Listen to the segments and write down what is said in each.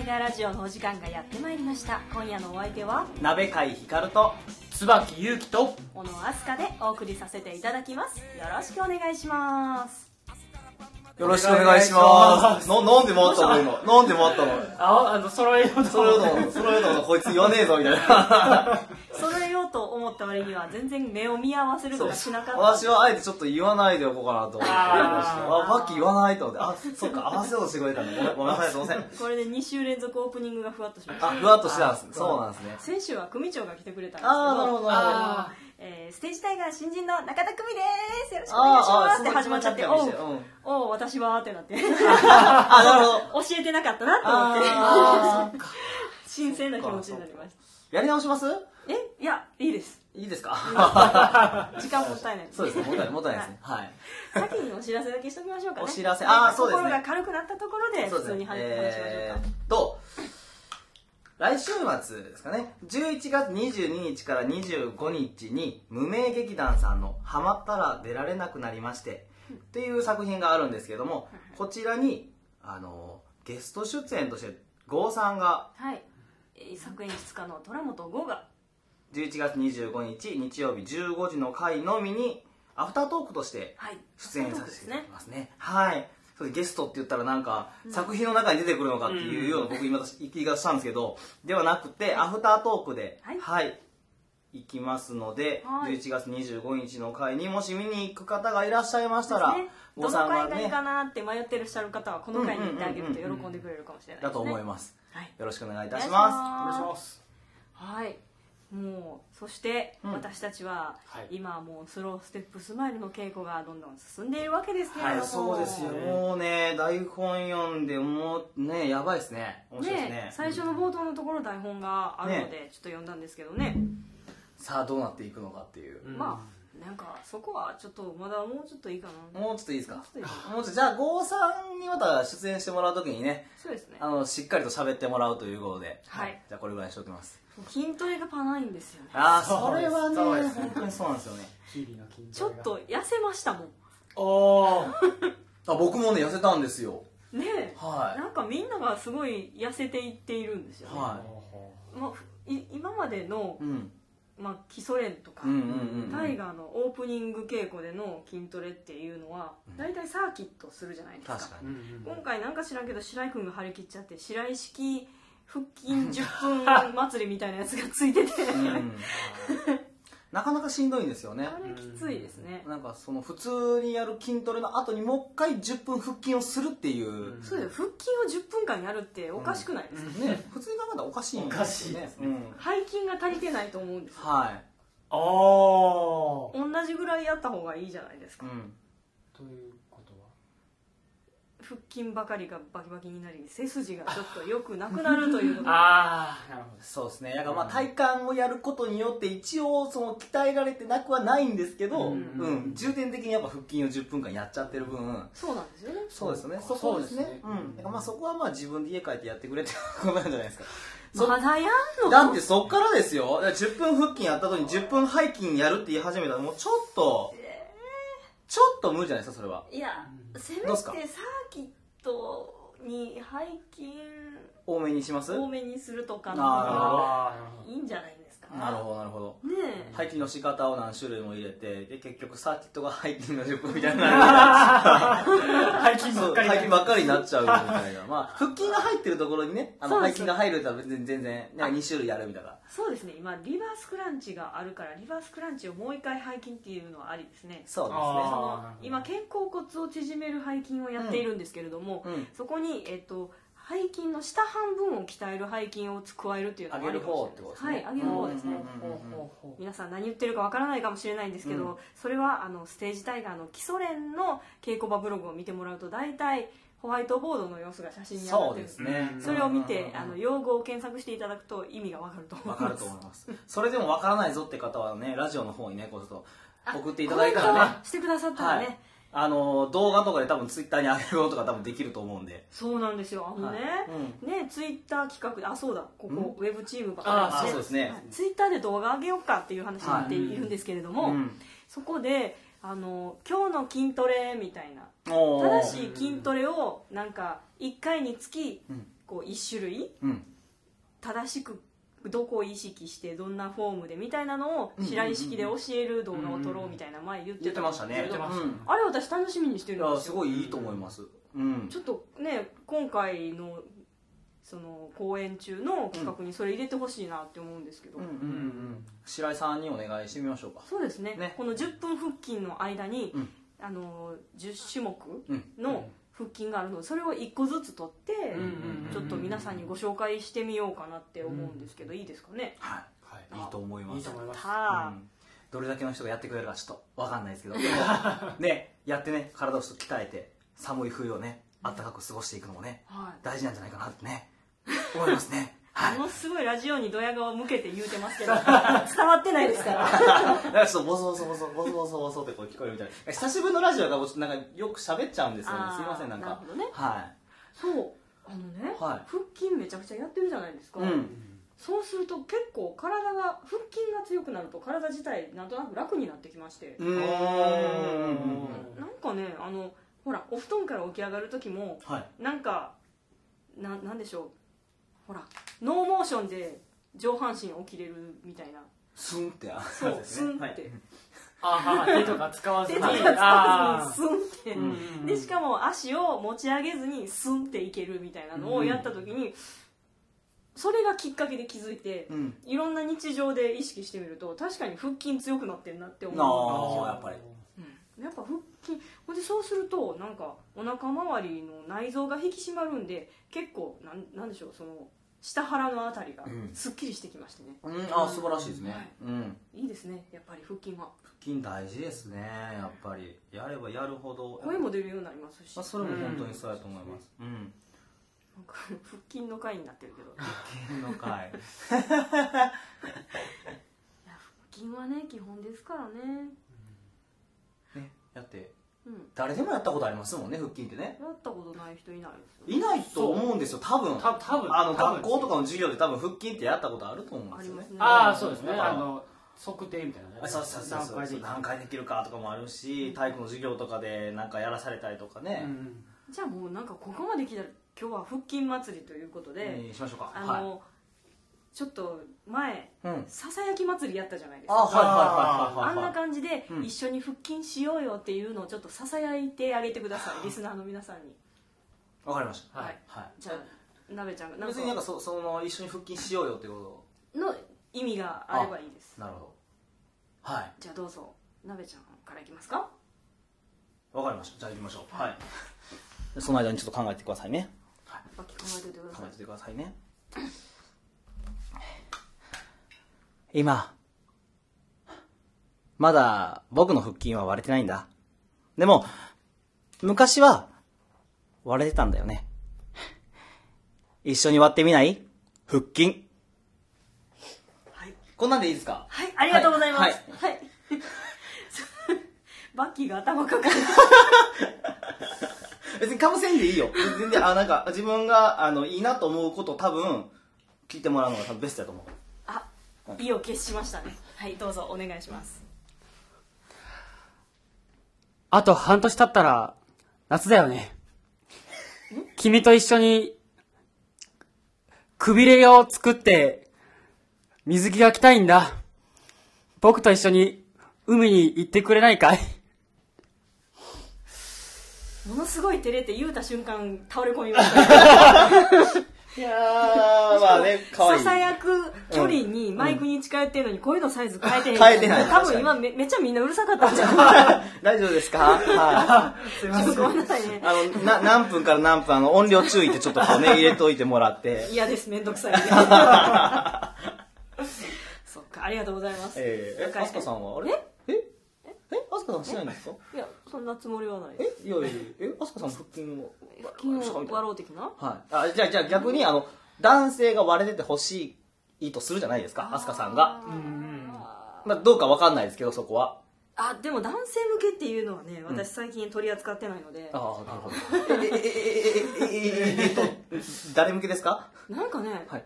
イガーラジオのお時間がやってまいりました今夜のお相手は鍋海ひかると椿ゆうきと小野飛鳥でお送りさせていただきますよろしくお願いしますよろしくお願いします。の飲んでもあったの今。飲んでもあったの。ああの揃えようとそれうどん、それうどんのこいつ言わねえぞみたいな。揃えようと思った割には全然目を見合わせるとそうかしなかった私はあえてちょっと言わないでおこうかなと思って。ああ、バッキー言わないと思って。あ、そっか、合わせようとしてくれたんだ。ごめんごめんなさい、すいません。これで2週連続オープニングがふわっとしましたあ、ふわっとしてたんですね。そうなんですね。先週は組長が来てくれたんですけどあー、なるほど、なるほど。あえーステージタイガー新人の中田久美ですよろしくお願いしあまーすって始まっちゃってあおーそうううんおう私はーってなって あ、なるほど。 教えてなかったなと思ってあー 新鮮な気持ちになりましたやり直しますえいやいいですいいですか時間もったいない そうですね、もったいない、もったいないですね。はい。先にお知らせだけしときましょうかねお知らせあーそうですね心が軽くなったところでそ普うです通にね話しましょうか、えーっと来週末ですかね11月22日から25日に無名劇団さんの「ハマったら出られなくなりまして」っていう作品があるんですけどもこちらにあのゲスト出演として郷さんがはいえー作演出家の虎本剛が11月25日日曜日15時の回のみにアフタートークとしてはい出演さでせてすいただねきますねはいそれでゲストって言ったらなんか、作品の中に出てくるのかっていうような僕今言い方したんですけどではなくてアフタートークではい行きますので、はい11月25日の回にもし見に行く方がいらっしゃいましたら、ですねごどの参加回がいいかなって迷ってらっしゃる方はこの回に行ってあげると喜んでくれるかもしれないですねだと思います、はいよろしくお願いいたしお願いしまますお願いしますはいもうそしてうん私たちははい今はもうスローステップスマイルの稽古がどんどん進んでいるわけですけすれども、はいそうですよもうね台本読んでもうねやばいですね面白いですねね最初の冒頭のところ台本があるのでちょっと読んだんですけどねさあどうなっていくのかっていう、うんまあなんかそこはちょっとまだもうちょっといいかなもうちょっといいですかちょっといいかなもうちょっとじゃあ郷さんにまた出演してもらうときにねそうですねあのしっかりと喋ってもらうということで、はいじゃあこれぐらいにしておきます筋トレがパないんですよねああそそうでれすはねそうです本当にそうなんですよね日々の緊ちょっと痩せましたもおーあ僕もね痩せたんですよんねえはなんかみんながすごい痩せていっているんですよね、はまあふい今までのい、、うん、まあ、基礎練とか、うんうんうんうんタイガーのオープニング稽古での筋トレっていうのはうん大体サーキットするじゃないですか確かうんうん今回なんか知らんけど白井君が張り切っちゃって白井式腹筋10分祭りみたいなやつがついててに、うん、なかなかしんどいんですよねあれきついですね、なんかその普通にやる筋トレの後にもう一回10分腹筋をするっていう、んそうだよ腹筋を10分間やるっておかしくないですか、ね普通に考えたらおかしいんですよおかしいねですねうん、背筋が足りてないと思うんですよはいおー同じぐらいやった方がいいじゃないですうかんということは腹筋ばかりがバキバキになり背筋がちょっと良くなくなるということああなるほどそうですねだからまあ体幹をやることによって一応その鍛えられてなくはないんですけど、ううんん重点的にやっぱ腹筋を10分間やっちゃってる分そうなんですよねそうですねそそうこですねそうですねうん、だからまあそこはまあ自分で家帰ってやってくれって ことなんじゃないですかそまだやんのだってそっからですよだから10分腹筋やった後に10分背筋やるって言い始めたらもうちょっとちょっと無理じゃないですかそれはいやせめてどうすサかーキットに背筋多めにします多めにするとかの方があーなるほいいんじゃないですかなるほどなるほどね背筋の仕方を何種類も入れてで結局サーキットが背筋の10分みたいになるど背筋ばそっうかり背筋ばっかりになっちゃうみたいな、まあ、腹筋が入ってるところにねあそうので背す筋が入ると別に全然なんか2種類やるみたいなえそうですね今リバースクランチがあるからリバースクランチをもう一回背筋っていうのはありですねそうそあでの今肩甲骨を縮める背筋をやっているんですけれども、すねうんそこに、えっと、背筋の下半分を鍛える背筋を加えるっていうのもあ上げるりかも方しっれてないはことですい上ねげる方ですね、うんうんうんうんほうほうほう皆さん何言ってるかわからないかもしれないんですけど、うんそれはあのステージタイガーの基礎練の稽古場ブログを見てもらうと大体ホワイトボードの様子が写真に上がそっうてるですねそれを見て、うんあの用語を検索していただくと意味がわかると思いまわすかると思いますそれでもわからないぞって方はねラジオの方にねこうちょっあと 送っていただいたコメらンねトをしてくださったらね、はいあの動画とかで多分ツイッターに上げることが多分できると思うんでそうなんですよあのね、はいねツイッター企画であそうだここウェブチームばっあかーりそうですねはいツイッターで動画上げようかっていう話になっているんですけれども、うんそこであの今日の筋トレみたいなおー正しい筋トレをなんか1回につきうんこう1種類うん正しくどこを意識してどんなフォームでみたいなのを白石式で教える動画を撮ろうみたいな前言って言ってましたね言ってましたねあれ私楽しみにしてうん、いるんやですすよごいいいと思いますうんちょっとね今回のその公演中の企画にそれ入れてほしいなって思うんですけど、うんうんうん白井さんにお願いしてみましょうかそうですねねこの10分腹筋の間に、うんあの10種目うんの腹筋があるのでそれを1個ずつ取って、うんうんうんちょっと皆さんにご紹介してみようかなって思うんですけど、いいですかねははいいいいと思いますいいと思いますたうんどれだけの人がやってくれるかちょっとわかんないですけどでもねやってね体をちょっと鍛えて寒い冬をねあったかく過ごしていくのもねはい大事なんじゃないかなってね思いますね はいものすごいラジオにドヤ顔向けて言うてます けど伝わってないですからなんかちょっとボソボソボソボソボソボソってこう聞こえるみたいな久しぶりのラジオがもうちょっとなんかよく喋っちゃうんですよねあーすいませんなんかなるほどねはそうあのね、は腹筋めちゃくちゃやってるじゃないですか、いうんそうすると結構体が腹筋が強くなると体自体なんとなく楽になってきまして、うーんなんかねあのほらお布団から起き上がる時もはいなんかななんでしょうほらノーモーションで上半身起きれるみたいなスンってあそう、ですスねンって、はいあー手とか使わず手にとかあ使ーってスンって、うんでしかも足を持ち上げずにスンっていけるみたいなのをやった時に、それがきっかけで気づいて、うんいろんな日常で意識してみると確かに腹筋強くなってんなって思うあーやっぱりやっぱ腹筋ほんでそうするとなんかお腹周りの内臓が引き締まるんで結構なんなんでしょうその下腹のあたりがうんすっきりしてきましてね、うんあー素晴らしいですねはいうんいいですねやっぱり腹筋は腹筋大事ですねやっぱりやればやるほど声も出るようになりますしまあ、それも本当にそうやと思いますうんなんか腹筋の回になってるけどいや腹筋の 回腹筋はね基本ですからねねやってうん誰でもやったことありますもんね腹筋ってねやったことない人いないですよねいないと思うんですよ多分た多分あの多学分校とかの授業で多分腹筋ってやったことあると思うんですよあねりますねああそうですだねからあの測定みたいなねあそうそうそうそう何回でいい何回できるかとかもあるし体育の授業とかでなんかやらされたりとかうね、んじゃあもうなんかここまで来たら今日は腹筋祭りということで、えーしましょうかあの、ちょっと前はい、うん、ささやき祭りやったじゃないですあかはいあはいはいはいんはいな感じでうん一緒に腹筋しようよっていうのをちょっとささやいてあげてくださいリスナーの皆さんにわかりましたはいはじゃあなべちゃんがいなん別かになんかそその一緒に腹筋しようよってこの意味があればいいですとなるほどはいじゃあどうぞなべちゃんからいきますかわかりましたじゃあ行きましょうはいでその間にちょっと考えてくださいね考えておいてくださ考いえてくださいね今まだ僕の腹筋は割れてないんだでも昔は割れてたんだよね一緒に割ってみない腹筋はい、こんなんでいいですかはい、ありがとうございますははいい、 バッキーが頭かかる別にかぶせんでいいよ全然あなんか自分があのいいなと思うこと多分聞いてもらうのが多分ベストだと思うあ意を決しましたねはいどうぞお願いしますあと半年経ったら夏だよね君と一緒にくびれを作って水着が着たいんだ僕と一緒に海に行ってくれないかいものすごい照れて言うた瞬間倒れ込みましたいやーま あねかわいいささやく距離にマイクに近寄ってるのに声のサイズ変えてへん変えてない多分今めめっちゃみんなうるさかったんじゃない 大丈夫ですかはい。すいまちょっとせごめん。んなさいねあの、な、何分から何分、あの、音量注意ってちょっとこうね、入れといてもらって。嫌ですめんどくさいね そっかありがとうございますえー、え、若いアスカさんはあれえええアスカさんしないんですかいやそんなつもりはないえですいやいやいやえ、アスカさん腹筋を。昨日割ろう的なはい。あ、じゃあ、じゃあ逆に、あの、男性が割れててほしいとするじゃないですか、アスカさんが。あーまあ、どうかわかんないですけど、そこは。あでも男性向けっていうのはね私最近取り扱ってないので、ああ、なるほど。え、え、え、え、え、え、え、え、えっと、誰向けですかなんかね、はい。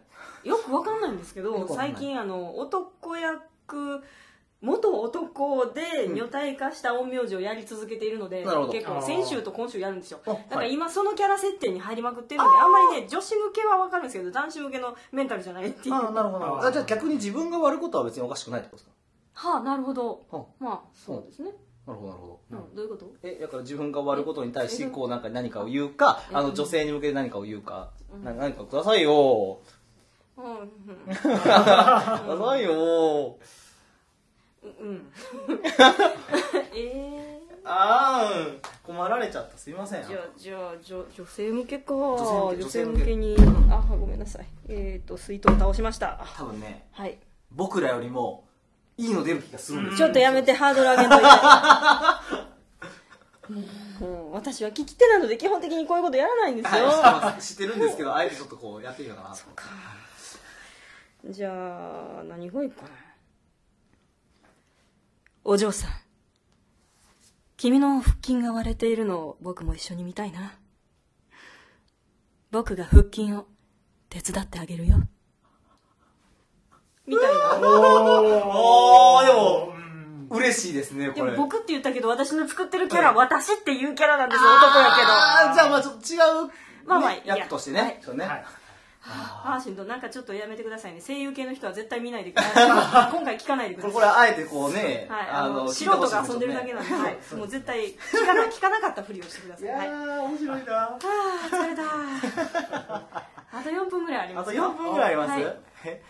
よくわかんないんですけよどくわかんない最近あの男役元男で女体化した陰陽師をやり続けているので、なるほど結構先週と今週やるんですよあだからはい今そのキャラ設定に入りまくってるんであんまりね女子向けは分かるんですけど男子向けのメンタルじゃないっていうああなるほどなるほどあーあじゃあ逆に自分が悪いことは別におかしくないってことですかはあなるほどはまあそうですね、あなるほどなるほどうんどういうことえだから自分が悪いことに対しえてこうなんか何かを言うかあの女性に向けて何かを言うか、な何かくださいようんうんくださいようん えあー困られちゃったすいませんー、じゃあじゃあじゃあ女性向けか女女性性向け向けにあごめんなさいえっ、と水筒を倒しました多分ねはい僕らよりもいいの出る気がするんですちょっとやめてハードル上げんといて。 もう私は聞き手なので基本的にこういうことやらないんですよ。はい知ってるんですけどあえてちょっとこうやってみようかなとじゃあ、何がいいかな。お嬢さん。君の腹筋が割れているのを僕も一緒に見たいな。僕が腹筋を手伝ってあげるよ。みたいな。おーでも嬉しいですねでこれも僕って言ったけど私の作ってるキャラ、私っていうキャラなんですよ、男やけど。あーじゃあまあちょっと違う、まあまあねいや役としてはねいそうね、はいあーしんどなんかちょっとやめてくださいね声優系の人は絶対見ないでくだ さい今回聞かないでくださいこれこれあえてこうね、はい、あの素人が遊んでるだけなんで、はいもう絶対聞かな聞かなかったふりをしてください。はい、あー面白いなあー疲れた。あと4分ぐらいありあまとすよ。 4分ぐらいあります、はいえ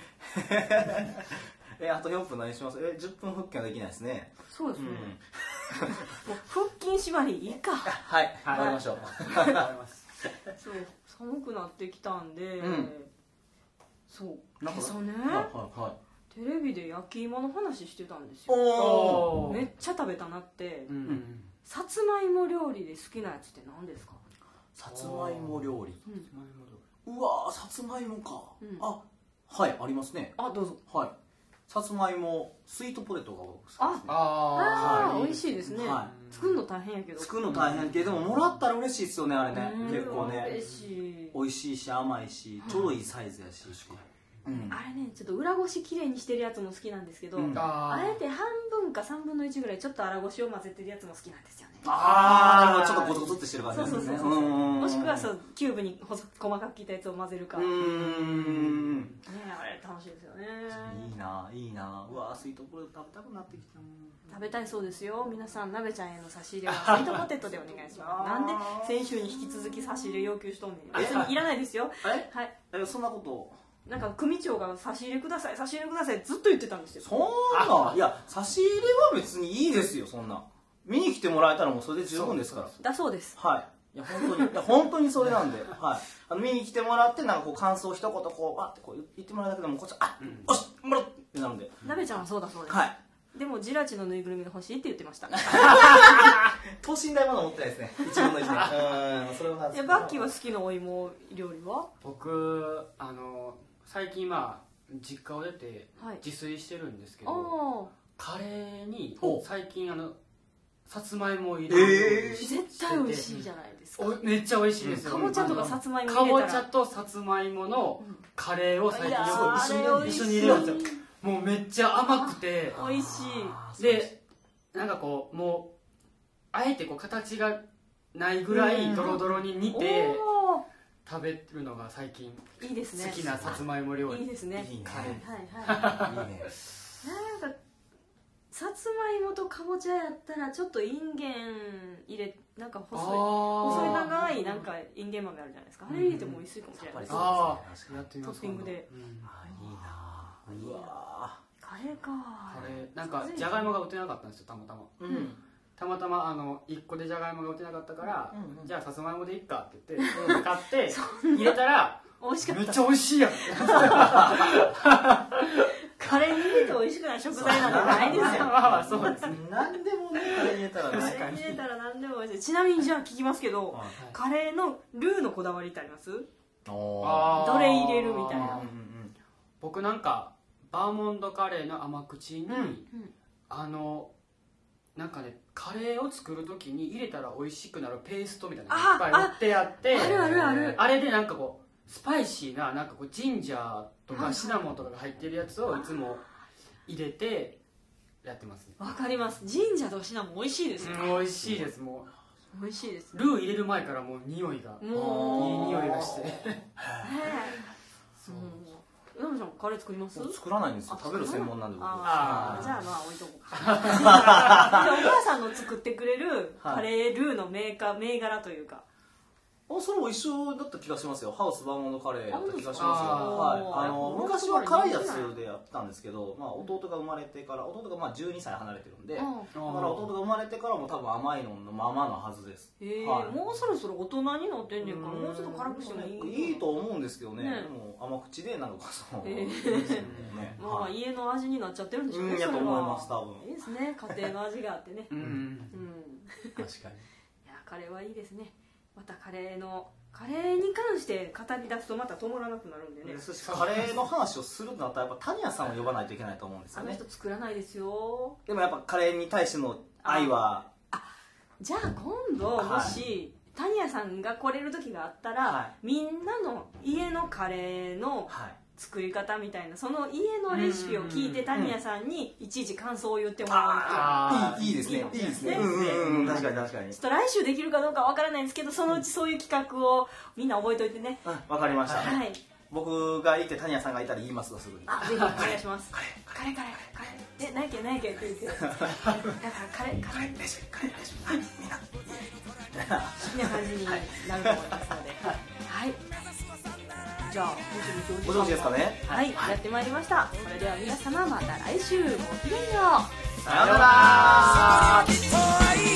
えあと4分何しますえ10分復帰はできないですねそうですうね。んもう腹筋縛りいいか。はい終わりましょうありがとうございますそう寒くなってきたんで、んそう今なんか朝ねはいはいテレビで焼き芋の話してたんですよ。おおおーめっちゃ食べたなって、うんさつまいも料理で好きなやつって何ですか？さつまいも料理うんうわーさつまいもか、うんあはいありますねあどうぞ。はいさつまいもスイートポテトが僕好きですねああああ美味しいですね、は作るの大変やけど作るの大変けどでももらったら嬉しいですよねあれねうん結構ね嬉しい美味しいし甘いしちょうどいいサイズやし、うんあれねちょっと裏ごしきれいにしてるやつも好きなんですけど、うんああえて半分か3分の1ぐらいちょっと粗ごしを混ぜてるやつも好きなんですよねああなるほどちょっとゴツゴツってしてるそ感うじそうですそうねそうもしくはそそううキューブに細細かく切ったやつを混ぜるか、ーねんあれ楽しいですよねいいないいなうわースイートポテト食べたくなってきた食べたいそうですよ皆さん鍋ちゃんへの差し入れはスイートポテトでお願いしますなんで先週に引き続き差し入れ要求しとんねん別にいらないですよえはいえそんなことなんか組長が差し入れください差し入れくださいずっと言ってたんですよそんないや差し入れは別にいいですよそんな見に来てもらえたらもうそれで十分ですからだそうですはいいや本当にいや本当にそれなん で、はい、あの見に来てもらってなんかこう感想を一言こうわってこう言ってもらうだけでもこっちはあ、よしもらうってなるんで鍋ちゃんはそうだそうです、はいでもジラチのぬいぐるみが欲しいって言ってました等身大まだ持ってないです ね一分の一ねうんそれはでバッキーは好きなお芋料理は僕あの最近まあ実家を出てはい自炊してるんですけあど、あカレーにほう最近あのさつまいもを入れるようにしてて絶対美味しいじゃないですかおめっちゃ美味しいですよかぼちゃとかさつまいもか入ぼれたちゃらとさつまいものカレーを最いや近ーよあくれ一美緒味にしい入れるんですよもうめっちゃ甘くて美味しいでなんかこうもうあえてこう形がないぐらいドロドロに煮てお食べるのが最近ーいいですね好きなさつまいも料いい理ですねいいねはいはいはいいいねなんかさつまいもとかぼちゃやったらちょっといんげん入れなんか細い細い長いなんかいんげん豆あるじゃないですかあれ入れても美味しいかもしれないですさっぱりあそうですあねやってみますトッピングでうんあいいなあうわカレーかあれなんかじゃがいもが売ってなかったんですよたまたまうんうんたまたまあの1個でじゃがいもが売ってなかったから、うんうんじゃあさつまいもでいっかって言って買 って入れたら美味しかめっったちゃ美味しいやんカレーに入れて美味しくない食材なんてない ですよまあまあそうですね何でもねあれ言えたらカねレーに入れたら何でも美味しいちなみにじゃあ聞きますけどはいカレーのルーのこだわりってありますお どれ入れるみたいなーうん僕なんかバーモンドカレーの甘口に、んんあのなんかねカレーを作る時に入れたら美味しくなるペーストみたいなのがいっぱい売ってあってあるあるあるあれでなんかこうスパイシーななんかこうジンジャーとかシナモンとかが入ってるやつをいつも入れてやってますねわかります神社とシナモン美味しいですね、美味しいですも美味しいですうルー入れる前からもう匂いがいいもう匂いがしてねえうもう山ちゃんカレー作ります作らないんですよあ食べる専門なんで僕ああーーじゃあまあ置いとこうかでお母さんの作ってくれるカレールーのメーカー銘柄というかあそれも一緒だった気がしますよハウスバーモンドカレーだった気がしますよ、あは本当いですか、ああのー昔は辛いやつでやってたんですけど、まあ、弟が生まれてから弟がまあ12歳離れてるんで、うだかんだから弟が生まれてからも多分甘いののままのはずですええはいもうそろそろ大人になってんねんからうんもうちょっと辛くしてもいいいいと思うんですけどねねでも甘口でなんかその、 ええねまあまあはい家の味になっちゃってるんでしょうねうんやとそれは思います多分いいですね家庭の味があってねうんうん確かにいやカレーはいいですねまたカレーのカレーに関して語り出すとまた止まらなくなるんでねそしてカレーの話をするんだったらやっぱ谷谷さんを呼ばないといけないと思うんですあよのね人作らないですよでもやっぱカレーに対しての愛はじゃあ今度はもいし、谷谷さんが来れる時があったら、はみんなの家のカレーのはい作り方みたいなその家のレシピを聞いてうんうんうん谷谷さんにいちいち感想を言ってもらあーいいいいですねいいですねねうんうんうん確かに確かにうちょっと来週できるかどうかわからないんですけどそのうちそういう企画をみんな覚えといてねうんわかりました、はい僕がいて谷谷さんがいたら言いますわすぐにあぜひお願いしますカレーカレーカレーえないけないけって言ってだからカレーカレーレシピカレーレシピはいみんなみたいな感じになると思いますのではいじゃあご存知ですかねはい、やってまいりましたそれでは皆様また来週ごきげんようさようなら「愛